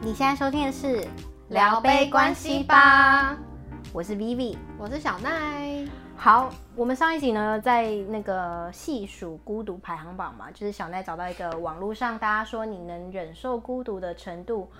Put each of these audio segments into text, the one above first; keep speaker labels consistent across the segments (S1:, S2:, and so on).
S1: 你现在收听的是《
S2: 聊杯关系》吧，
S1: 我是 Vivi。
S2: 我是小奈。
S1: 好，我们上一集呢，在那个细数孤独排行榜嘛，就是小奈找到一个网络上大家说你能忍受孤独的程度，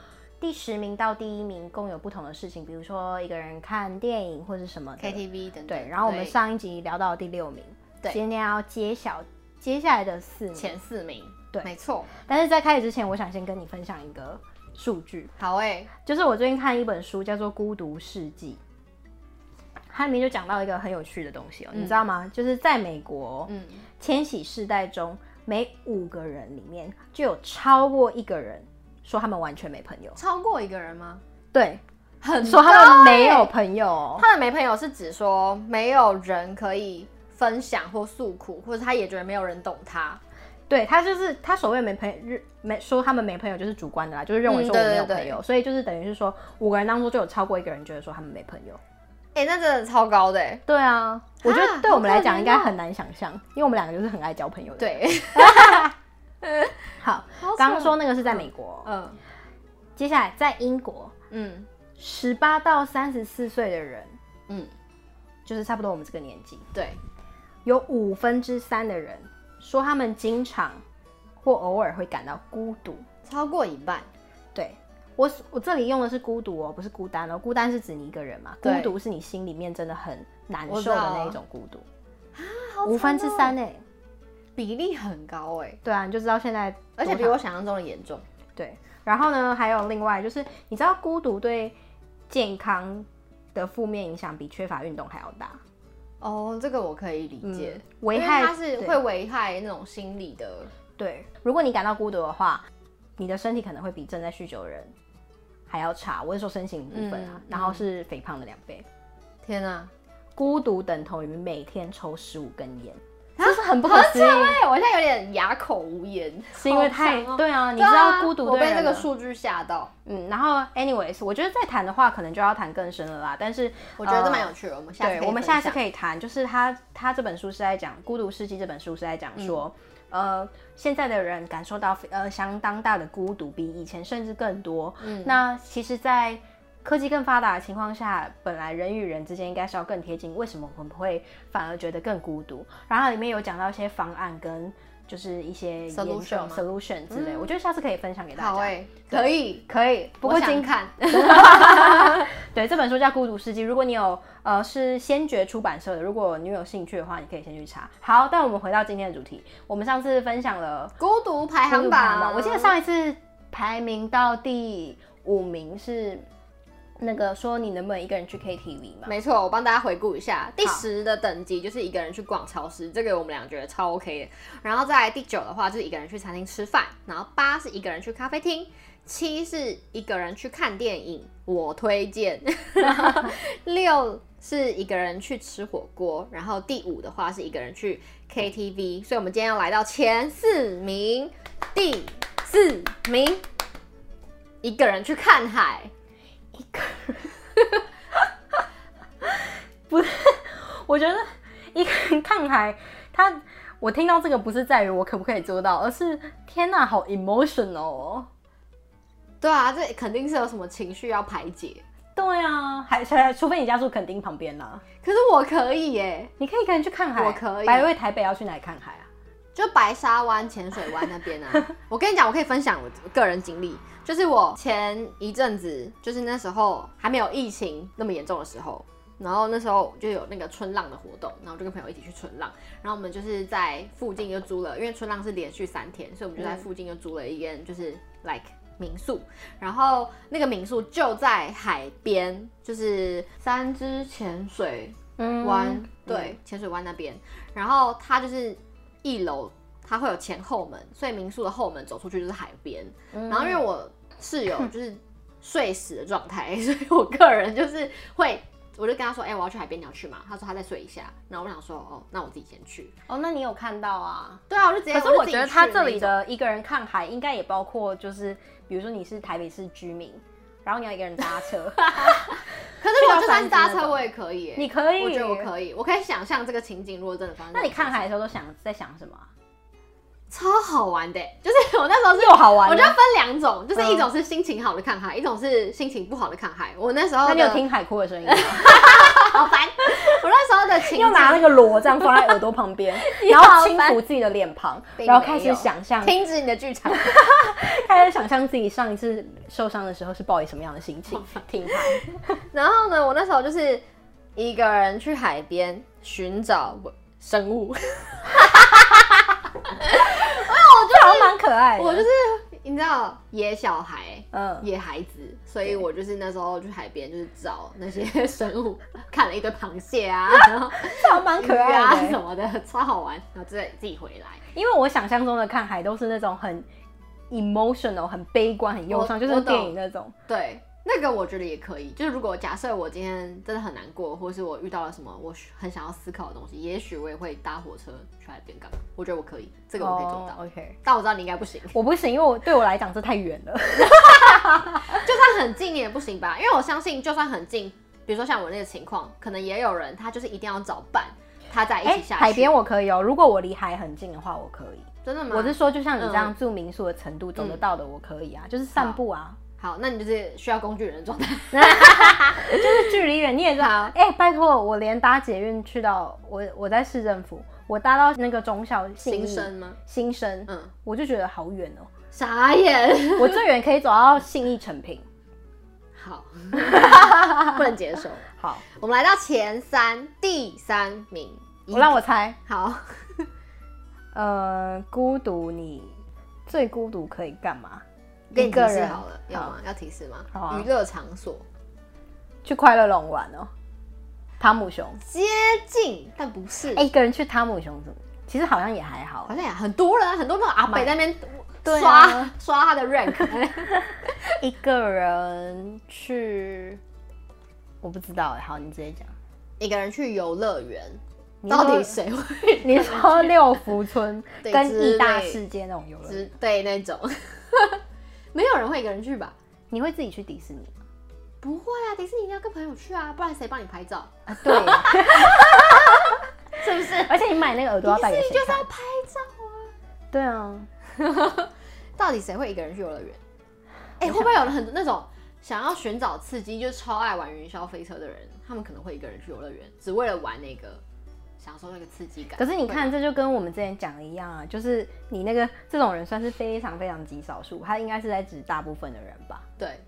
S1: 第十名到第一名共有不同的事情，比如说一个人看电影或是什么的。
S2: KTV 等等。
S1: 对，然后我们上一集聊到了第六名，
S2: 对
S1: 今天要揭晓接下来的四名。
S2: 前四名，
S1: 对
S2: 没错。
S1: 但是在开始之前，我想先跟你分享一个数据，
S2: 好欸诶、
S1: 就是我最近看一本书，叫做《孤独世纪》，它里面就讲到一个很有趣的东西哦、你知道吗？就是在美国、
S2: 嗯，
S1: 千禧世代中，每五个人里面就有超过一个人说他们完全没朋友，
S2: 超过一个人吗？
S1: 对，
S2: 很
S1: 说他们没有朋友哦、
S2: 他的没朋友是指说没有人可以分享或诉苦，或者他也觉得没有人懂他。
S1: 对他就是他所谓没朋友，没说他们没朋友就是主观的啦，就是认为说
S2: 嗯对
S1: 我没有
S2: 对对
S1: 朋友，所以就是等于是说五个人当中就有超过一个人觉得说他们没朋友。
S2: 哎、那真的超高的、欸。
S1: 对啊，我觉得对
S2: 好
S1: 我们来
S2: 可
S1: 讲
S2: 怜
S1: 应该
S2: 哦
S1: 很难想象，因为我们两个就是很爱交朋友的。，
S2: 对，
S1: 好，
S2: 好
S1: 刚刚
S2: 扯
S1: 说，那个是在美国，
S2: 哦嗯
S1: 接下来在英国，
S2: 嗯
S1: 十八到三十四岁的人，
S2: 嗯，
S1: 就是差不多我们这个年纪，
S2: 对，
S1: 有五分之三的人说他们经常或偶尔会感到孤独。
S2: 超过一半。
S1: 对我，我这里用的是孤独哦，不是孤单哦，孤单是指你一个人嘛，孤
S2: 对
S1: 独是你心里面真的很难
S2: 我知
S1: 受的
S2: 道啊
S1: 那一种孤独，
S2: 好
S1: 五分
S2: 惨
S1: 之
S2: 哦
S1: 三哎，
S2: 比例很高哎、
S1: 对啊，你就知道现在
S2: 而且比
S1: 多少
S2: 我想象中的严重。
S1: 对，然后呢，还有另外就是，你知道孤独对健康的负面影响比缺乏运动还要大，
S2: 哦，这个我可以理解，
S1: 嗯危
S2: 因为
S1: 害
S2: 它是
S1: 对
S2: 会危害那种心理的，
S1: 对。如果你感到孤独的话，你的身体可能会比正在酗酒的人还要差。我是说身形部分啊，
S2: 嗯
S1: 然后是肥胖的两倍。
S2: 天啊，
S1: 孤独等同于每天抽十五根烟，这是很不可思议，
S2: 啊对我现在有点哑口无言，
S1: 是因为太、
S2: 哦好惨哦
S1: 对啊，你
S2: 你
S1: 知道孤独
S2: 我
S1: 对
S2: 被
S1: 人啊
S2: 这个
S1: 的
S2: 数据吓到，
S1: 嗯，然后 anyways，我觉得再谈的话，可能就要谈更深了啦。但是
S2: 我觉得这
S1: 呃
S2: 蛮有趣的，我们下次
S1: 对，
S2: 可以
S1: 我们下
S2: 分
S1: 次
S2: 享
S1: 可以谈，就是他他这本书是在讲《孤独世纪》这本书是在讲说，呃，现在的人感受到呃相当大的孤独，比以前甚至更多。
S2: 嗯
S1: 那其实，在科技更发达的情况下，本来人与人之间应该是要更贴近，为什么我们会反而觉得更孤独？然后它里面有讲到一些方案跟就是一些研究
S2: Solution 吗
S1: solution 之类，我觉得下次可以分享给大家。
S2: 好哎、可以，
S1: 可以，不过
S2: 我
S1: 今天
S2: 想看，
S1: 对，这本书叫《孤独世纪》。如果你有呃是先觉出版社的，如果你有兴趣的话，你可以先去查。好，但我们回到今天的主题，我们上次分享了
S2: 孤独排行榜，
S1: 我记得上一次排名到第五名是那个说你能不能一个人去 KTV 嘛？
S2: 没错，我帮大家回顾一下，第
S1: 好
S2: 十的等级就是一个人去逛超市，这个我们俩觉得超 OK 的。然后再来第九的话，就是一个人去餐厅吃饭，然后八是一个人去咖啡厅，七是一个人去看电影，我推荐。 六是一个人去吃火锅，然后第五的话是一个人去 KTV。所以我们今天要来到前四名，第四名，一个人去看海。
S1: 一个人， 不是，我觉得一个人看海，他我听到这个不是在于我可不可以做到，而是天呐，好 emotional 哦。
S2: 对啊，这肯定是有什么情绪要排解。
S1: 对啊，还还除非你家住垦丁旁边啊啦、
S2: 可是我可以耶，
S1: 你可以一个人去看海，
S2: 我可以
S1: 百位台北要去哪里看海啊？
S2: 就白沙湾浅水湾那边啊。我跟你讲，我可以分享我个人经历，就是我前一阵子，就是那时候还没有疫情那么严重的时候。然后那时候就有那个春浪的活动，然后我就跟朋友一起去春浪，然后我们就是在附近就租了，因为春浪是连续三天，所以我们就在
S1: 嗯
S2: 附近就租了一间就是 like 民宿，然后那个民宿就在海边，就是三支潜水
S1: 嗯
S2: 湾，对，浅水湾那边。然后它就是一楼，它会有前后门，所以民宿的后门走出去就是海边。
S1: 嗯
S2: 然后因为我室友 就是睡死的状态，所以我个人就是会，我就跟他说，哎、我要去海边，你要去吗？他说他再睡一下。然后我想说，哦，那我自己先去。
S1: 哦，那你有看到啊？
S2: 对啊，我就直接。
S1: 可是
S2: 就
S1: 我
S2: 自己
S1: 觉得
S2: 去
S1: 他
S2: 那
S1: 这里
S2: 种
S1: 的一个人看海，应该也包括就是，比如说你是台北市居民，然后你要一个人搭 车，
S2: 可是如果就算是搭
S1: 去到山区那
S2: 车，
S1: 种
S2: 我也可以、
S1: 你可以，
S2: 我觉得我可以，我可以想象这个情景，如果真的发生。
S1: 那你看海的时候都想在想什么啊？
S2: 超好玩的欸、就是我那时候是
S1: 又好玩了嗯
S2: 我就分两种，就是一种是心情好的看海，一种是心情不好的看海。我那时候
S1: 那
S2: 的
S1: 你有听海哭的 声音吗？
S2: 好烦，我那时候的情
S1: 又拿那
S2: 景，
S1: 个锣这样放在耳朵旁 边，然后轻
S2: 好
S1: 抚自己的脸庞，
S2: 并
S1: 然后
S2: 没
S1: 开始
S2: 有
S1: 想象，
S2: 停止你的剧场。
S1: 开始想象自己上一次受伤的时候是抱以什么样的心 情。听海，
S2: 然后呢，我那时候就是一个人去海边寻找 生物，
S1: 我觉得好像蛮可爱的。
S2: 我就是你知道野小孩。
S1: 嗯，
S2: 野孩子，所以我就是那时候去海边，就是找那些 生物，看了一堆螃 蟹啊，然后
S1: 这还蛮
S2: 鱼
S1: 可
S2: 啊
S1: 爱
S2: 什
S1: 的。欸
S2: 么的，超好玩。然后自己自己回来，
S1: 因为我想象中的看海都是那种很 emotional、很悲观、很忧伤，
S2: 我
S1: 就是
S2: 我懂
S1: 电影那种。
S2: 对，那个我觉得也可以。就是如果假设我今天真的很难过，或是我遇到了什么我很想要思考的东西，也许我也会搭火车去海边干嘛。我觉得我可以，这个我可以做到。
S1: 哦 OK，
S2: 但我知道你应该不行，
S1: 我不行，因为我对我来讲这太远了。
S2: 就算很近你也不行吧？因为我相信，就算很近，比如说像我那个情况，可能也有人他就是一定要找伴，他在一起下去。
S1: 哎海边我可以哦，如果我离海很近的话，我可以。
S2: 真的吗？
S1: 我是说，就像你这样
S2: 嗯
S1: 住民宿的程度，走得到的我可以啊，就是散步啊，
S2: 好，那你就是需要工具人的状态。
S1: 就是距离远你也知道。
S2: 好
S1: 哎、拜托，我连搭捷运去到我我在市政府，我搭到那个中校信义
S2: 新生吗？
S1: 新生，
S2: 嗯，
S1: 我就觉得好远哦、
S2: 傻眼。
S1: 我最远可以走到信义成品。
S2: 好， 不能接受。
S1: 好，
S2: 我们来到前三，第三名。
S1: 我让我猜，
S2: 好，
S1: 呃，孤独你最孤独可以干嘛？一
S2: 给你
S1: 个
S2: 提示
S1: 人
S2: 好了，要吗？要提示吗
S1: 好啊？
S2: 娱乐场所
S1: 去快乐龙玩哦、汤姆熊，
S2: 接近，但不是。
S1: 哎、一个人去汤姆熊怎么？其实好像也还好
S2: 好，像也很多人，很多那种阿伯在那边
S1: 对
S2: 刷、
S1: 啊
S2: 刷他的 rank。
S1: 一个人去，我不知道哎、好，你直接 讲。
S2: 一个人去游乐园，
S1: 你
S2: 到底
S1: 说
S2: 谁会
S1: 你说六福村
S2: 对
S1: 跟
S2: 之
S1: 义大
S2: 类
S1: 世界那种游乐园，
S2: 只对那种？ 没有人会一个人去吧？
S1: 你会自己去迪士尼吗？
S2: 不会啊，迪士尼一定要跟朋友去啊，不然谁帮你拍照？
S1: 啊，对耶，
S2: 是不是？
S1: 而且你买那个耳朵要戴给谁
S2: 就是
S1: 看
S2: 要？拍照啊！
S1: 对啊，
S2: 到底谁会一个人去游 乐园？哎、会不会有人很多那种想要寻找刺激，就是超爱玩云霄飞车的人，他们可能会一个人去游乐园，只为了玩那个享受那个刺激感。
S1: 可是你看，这就跟我们之前讲的一样啊，就是你那个这种人算是非常非常极少数，他应该是在指大部分的人吧？
S2: 对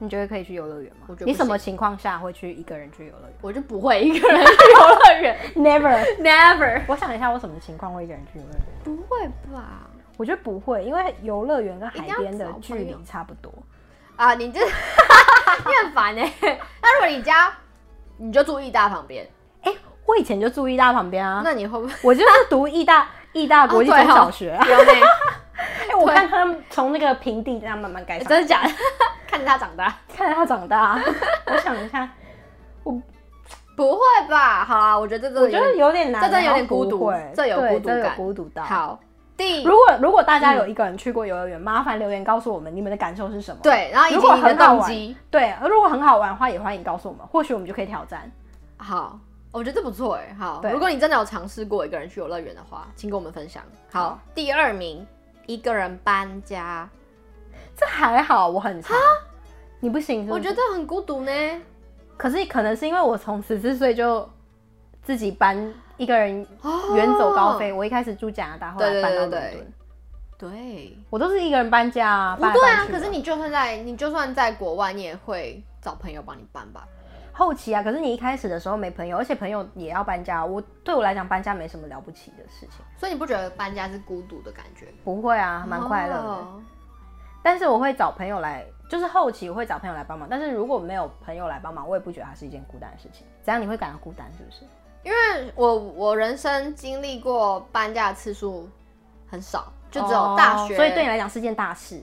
S1: 你觉得可以去游乐园吗
S2: 我觉？得
S1: 你
S2: 不
S1: 什么情况下会去一个人去游乐
S2: 我就不会一 个人去 游乐园
S1: 园？Never。
S2: ，never，
S1: 我想一下，我什么情况会一个人去游乐园？
S2: 不会吧？
S1: 我觉得不会，因为游乐园跟
S2: 一定
S1: 海
S2: 要
S1: 边的
S2: 找
S1: 距
S2: 朋
S1: 离
S2: 友
S1: 差不多。
S2: 啊，你这你很烦哎、那如果你家你就住义大旁边，
S1: 哎、我以前就住义大旁边啊，
S2: 那 你会不会
S1: 我就是读义大义大国际中小学啊。
S2: 有 呢？
S1: 哎、我看他们从那个平地这样慢慢盖上，
S2: 哦真的假的？ 看着他长大。
S1: 看着他长大、啊 我想一下，
S2: 不会吧？好啊，我觉得这真的
S1: 我觉得有点难，
S2: 这真的有点
S1: 然后不
S2: 孤独
S1: 会
S2: 这有
S1: 对
S2: 孤独
S1: 这有
S2: 感
S1: 孤独到。，
S2: 好。第
S1: 如果如果大家有一个人去过游乐园，麻烦留言告诉我们你们的感受是什么。
S2: 对，然后以
S1: 如果
S2: 及你的
S1: 很好
S2: 动
S1: 玩
S2: 机，
S1: 对，如果很好玩的话，也欢迎告诉我们，或许我们就可以挑战。
S2: 好，哦我觉得这不错哎。好，
S1: 对
S2: 如果你真的有尝试过一个人去游乐园的话，请跟我们分享。好，
S1: 好
S2: 第二名，一个人搬家，
S1: 这还好，我很常。你不行是不
S2: 我
S1: 是
S2: 觉得很孤独呢。
S1: 可是可能是因为我从十四岁就自己搬一个人
S2: 哦
S1: 远走高飞，我一开始住加拿大，后来
S2: 对对
S1: 搬到伦
S2: 对对
S1: 敦。
S2: 对，
S1: 我都是一个人搬家啊，
S2: 不
S1: 搬来
S2: 对
S1: 搬
S2: 啊。
S1: 去
S2: 可是
S1: 的
S2: 你就算在你就算在国外，你也会找朋友帮你搬吧？
S1: 后期啊，可是你一开始的时候没朋友，而且朋友也要搬家，我对我来讲搬家没什么了不起的事情，
S2: 所以你不觉得搬家是孤独的感觉？
S1: 不会啊，蛮快乐的。
S2: 哦
S1: 但是我会找朋友来，就是后期我会找朋友来帮忙，但是如果没有朋友来帮忙，我也不觉得它是一件孤单的事情。怎样你会感到孤单是不是？
S2: 因为我我人生经历过搬家的次数很少，就只有大学，
S1: 哦所以对你来讲是件大事。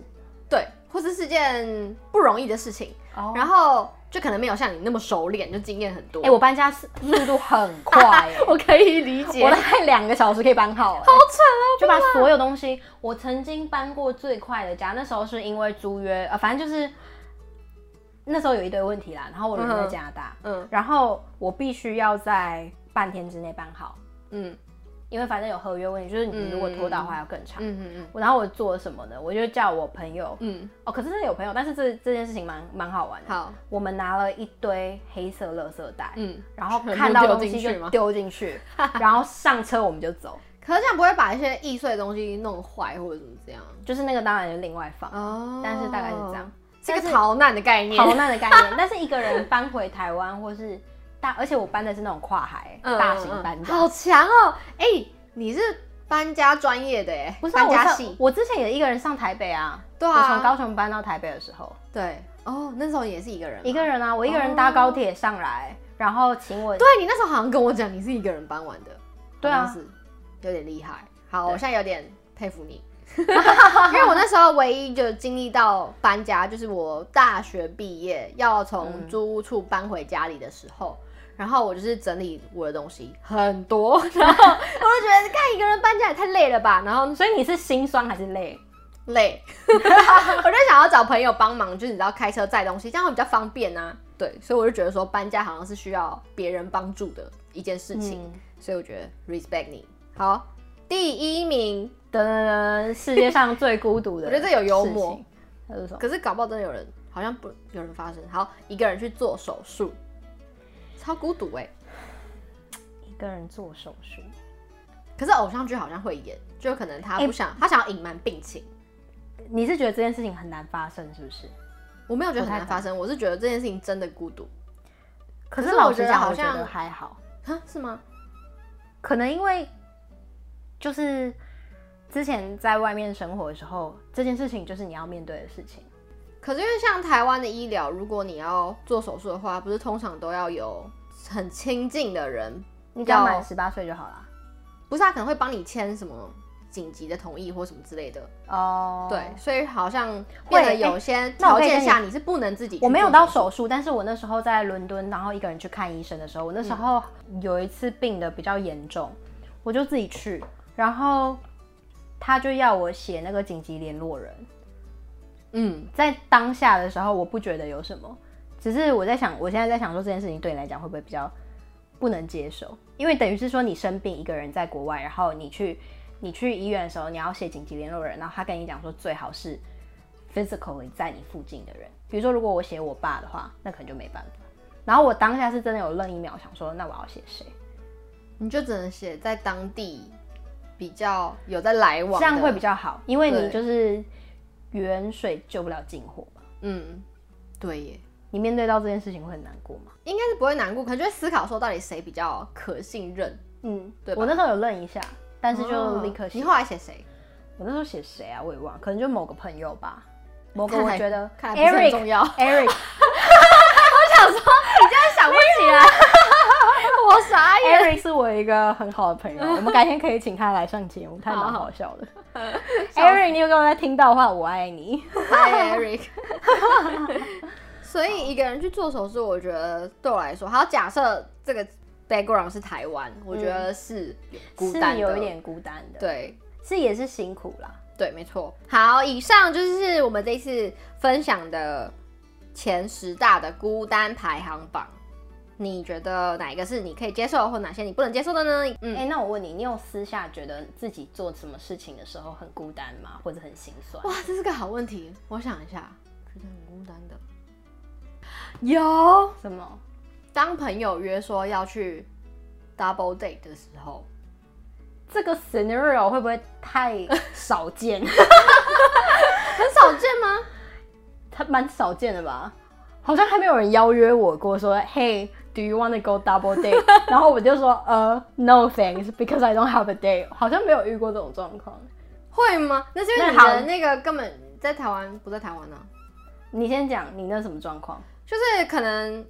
S2: 对，或是是件不容易的事情，
S1: 哦
S2: 然后就可能没有像你那么熟练，就经验很多。
S1: 哎、我搬家速速度很快、欸
S2: ，我可以理解
S1: 我大概两个小时可以搬好、欸，好
S2: 蠢啊！
S1: 就把所有东西，我曾经搬过最快的家，那时候是因为租约，呃，反正就是那时候有一堆问题啦，然后我人
S2: 嗯
S1: 在
S2: 哼
S1: 加拿大，
S2: 嗯
S1: 然后我必须要在半天之内搬好，
S2: 嗯，
S1: 因为反正有合约问题，就是你如果拖到的话要更长。
S2: 嗯嗯嗯
S1: 我然后我做了什么呢？我就叫我朋友，
S2: 嗯，
S1: 哦，可是真的有朋友，但是这这件事情蛮蛮好玩的。
S2: 好，
S1: 我们拿了一堆黑色垃圾袋，
S2: 嗯。
S1: 然后
S2: 全部
S1: 看到
S2: 丢
S1: 东西
S2: 进去
S1: 就
S2: 吗
S1: 丢进去， 然后上车我们就走。
S2: 可是这样不会把一些易碎的东西弄坏或者怎么这样
S1: 就是那个当然就另外放，
S2: 哦
S1: 但是大概是这样，，
S2: 是个逃难的概念。
S1: 逃难的概念。但是一个人搬回台湾或是大，而且我搬的是那种跨海、
S2: 嗯
S1: 大型搬
S2: 嗯嗯
S1: 家。
S2: 好强哦！哎，你是搬家专业的哎，
S1: 不是、啊、
S2: 搬
S1: 我
S2: 家
S1: 上
S2: 系，
S1: 我之前也一个人上台北啊，
S2: 对
S1: 我从
S2: 啊，
S1: 高雄搬到台北的时候，
S2: 对哦，那时候也是一个人吗，
S1: 一个人啊，我一个
S2: 哦
S1: 人搭高铁上来，然后请我
S2: 对你那时候好像跟我讲，你是一个人搬完的，
S1: 对啊
S2: 好像是有点厉害。好，我
S1: 对
S2: 现在有点佩服 你，因为我那时候唯一就经历到搬家，就是我大学毕业要从
S1: 嗯
S2: 租屋处搬回家里的时候。然后我就是整理我的东西很 多，然后我就觉得看一个人搬家也太累了吧，然后
S1: 所以你是心酸还是累？
S2: 累，我就想要找朋友帮忙，就是你知道开车载东西，这样会比较方便啊。对，所以我就觉得说搬家好像是需要别人帮助的一件事情。
S1: 嗯，
S2: 所以我觉得 respect 你。好，第一名，
S1: 噔噔噔，世界上最孤独的，
S2: 我觉得这有幽默。
S1: 还有什么？
S2: 可是搞不好真的有人，好像不有人发生。好，一个人去做手术，超孤独哎、
S1: 一个人做手术，
S2: 可是偶像剧好像会演，就可能他不
S1: 哎
S2: 想，他想要隐瞒病情。
S1: 你是觉得这件事情很难发生，是不是？
S2: 我没有觉得很
S1: 不太
S2: 难发生，我是觉得这件事情真的孤独。
S1: 可
S2: 是
S1: 是老
S2: 我觉
S1: 实
S2: 得
S1: 讲，
S2: 好
S1: 我觉
S2: 像
S1: 得还好，
S2: 哈，是吗？
S1: 可能因为就是之前在外面生活的时候，这件事情就是你要面对的事情。
S2: 可是因为像台湾的医疗，如果你要做手术的话，不是通常都要有很亲近的人，
S1: 你只要
S2: 要
S1: 满十八岁就好啦。
S2: 不是他可能会帮你签什么紧急的同意或什么之类的。
S1: 哦，
S2: 对，，所以好像
S1: 会
S2: 变得有些
S1: 那我
S2: 条
S1: 可以
S2: 件
S1: 跟
S2: 下你是不能自己去做手术。
S1: 我没有到手术，但是我那时候在伦敦，然后一个人去看医生的时候，我那时候
S2: 嗯
S1: 有一次病的比较严重，我就自己去，然后他就要我写那个紧急联络人。
S2: 嗯，
S1: 在当下的时候，我不觉得有什么，只是我在想，我现在在想说这件事情对你来讲会不会比较不能接受？因为等于是说你生病一个人在国外，然后你去你去医院的时候，你要写紧急联络人，然后他跟你讲说最好是 physically 在你附近的人。比如说，如果我写我爸的话，那可能就没办法。然后我当下是真的有愣一秒，想说那我要写谁？
S2: 你就只能写在当地比较有在来往的，
S1: 这样会比较好，因为
S2: 对
S1: 你就是远水救不了近火嘛。
S2: 嗯，对耶，
S1: 你面对到这件事情会很难过吗？
S2: 应该是不会难过，可能就会思考说到底谁比较可信任，
S1: 嗯，
S2: 对吧
S1: 我那时候有愣一下，但是就
S2: 哦
S1: 立刻写。
S2: 你后来写谁？
S1: 我那时候写谁啊？我也忘了，可能就某个朋友 吧，某个
S2: 看
S1: 我
S2: 来
S1: 觉得
S2: 看来不是很
S1: Eric
S2: 重要，
S1: Eric
S2: 想不起来， 我傻 眼。
S1: Eric 是我一个很好的朋 友，我们改天可以请他来上节目，他也蛮好笑的。Eric，你有跟我在听到的话，我爱你。
S2: Hi Eric。所以一个人去做手术，我觉得对我来说，好假设这个 background 是台湾，我觉得嗯是孤单
S1: 是
S2: 的，
S1: 有一点孤单的，，
S2: 对。
S1: 是也是辛苦啦。
S2: 对，没错。好，以上就是我们这次分享的前十大的孤单排行榜。你觉得哪一个是你可以接受的，或哪些你不能接受的呢？
S1: 哎、
S2: 嗯，
S1: 那我问你，你有私下觉得自己做什么事情的时候很孤单吗？或者很心 酸？
S2: 哇，这是个好问题。我想一下，觉得很孤单的，有
S1: 什么？
S2: 当朋友约说要去 double date 的时候，
S1: 这个 scenario 会不会太少见？
S2: 很少见吗？
S1: 他蛮少见的吧？好像还没有人邀约我过说，Hey, do you want to go double date？然 后我就说，呃、n o thanks, because I don't have a date。好像没有遇过这种状况。
S2: 会吗？那是因为
S1: 那
S2: 你的
S1: 好
S2: 那个根本在台湾，不在台湾呢、啊
S1: 你先讲你那什么状况？
S2: 就是可能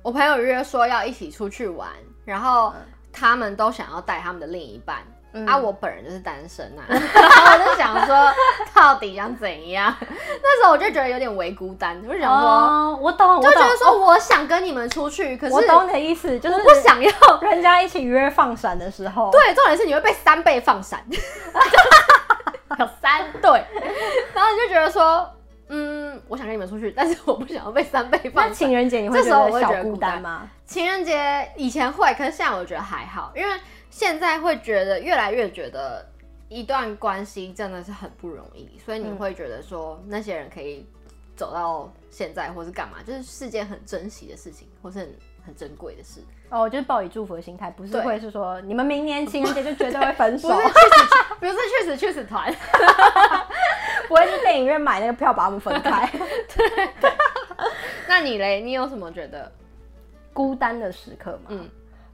S2: 我朋友约说要一起出去玩，然后他们都想要带他们的另一半。
S1: 嗯
S2: 啊，我本人就是单身 啊，然后我就想说，到底想怎样？那时候我就觉得有点微孤单，我就想说，
S1: 哦，我懂，我
S2: 就
S1: 懂，
S2: 觉得说我想跟你们出去，可是
S1: 我
S2: 我
S1: 懂你的意思，就是
S2: 不想要。
S1: 人家一起约放闪的时候，
S2: 对，重点是你会被三倍 放闪，
S1: 有三
S2: 对，然后你就觉得说，嗯，我想跟你们出去，但是我不想要被三倍
S1: 那
S2: 放闪。
S1: 情人节你会
S2: 这时候
S1: 觉
S2: 我会
S1: 得
S2: 觉
S1: 小
S2: 得孤
S1: 孤
S2: 单
S1: 单吗？
S2: 情人节以前会，可是现在我觉得还好，因为现在会觉得越来越觉得一段关系真的是很不容易，所以你
S1: 嗯
S2: 会觉得说、那些人可以走到现在，或是干嘛，就是是件很珍惜的事情，或是很很珍贵的事。
S1: 哦，就是抱以祝福的心态，不是
S2: 对
S1: 会是说你们明年情人节就绝对会分手，
S2: 不是去死，不是去死去死团，
S1: 不会去电影院买那个票把我们分 开。
S2: 那你嘞？你有什么觉得？
S1: 孤单的时刻嘛，
S2: 嗯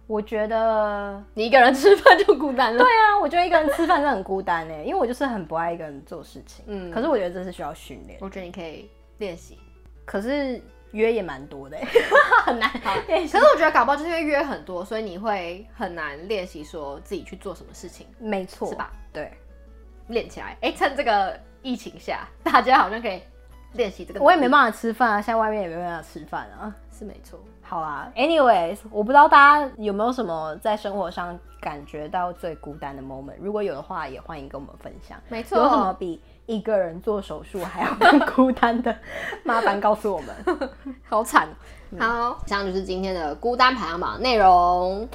S1: 我觉得
S2: 你一个人吃饭就孤单了。
S1: 对啊，我觉得一个人吃饭真的很孤单哎，因为我就是很不爱一个人做事情。
S2: 嗯
S1: 可是我觉得这是需要训练，
S2: 我觉得你可以练习。
S1: 可是约也蛮多 的欸，很 难练习
S2: 可是我觉得搞不好就是因为约很多，所以你会很难练习说自己去做什么事情，
S1: 没错，
S2: 是吧？
S1: 对，
S2: 练起来。哎、趁这个疫情下，大家好像可以练习这个能力。
S1: 我也没办法吃饭啊，现在外面也没办法吃饭啊。
S2: 是没错。
S1: 好啊，anyways，我不知道大家有没有什么在生活上感觉到最孤单的 moment，如果有的话，也欢迎跟我们分享。
S2: 没错，
S1: 有什么比一个人做手术还要 更孤单的？麻烦告诉我 们。
S2: 好惨、好，嗯以上就是今天的孤单排行榜内容。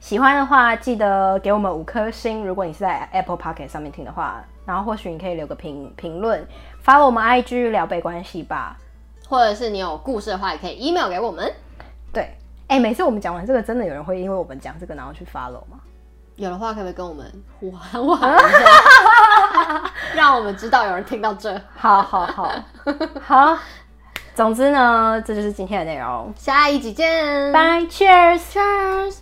S1: 喜欢的话，记得给我们五颗星。如果你是在 Apple Pocket 上面听的话，然后或许你可以留个评评论，发我们 IG 聊北关系吧。
S2: 或者是你有故事的话，也可以 email 给我们。
S1: 对，哎、每次我们讲完这个，真的有人会因为我们讲这个然后去 follow 吗？
S2: 有的话，可不可以跟我们呼喊呼喊一下，让我们知道有人听到这。
S1: 好好好好，总之呢，这就是今天的内容。
S2: 下一集见，
S1: 拜，Cheers。
S2: ，Cheers。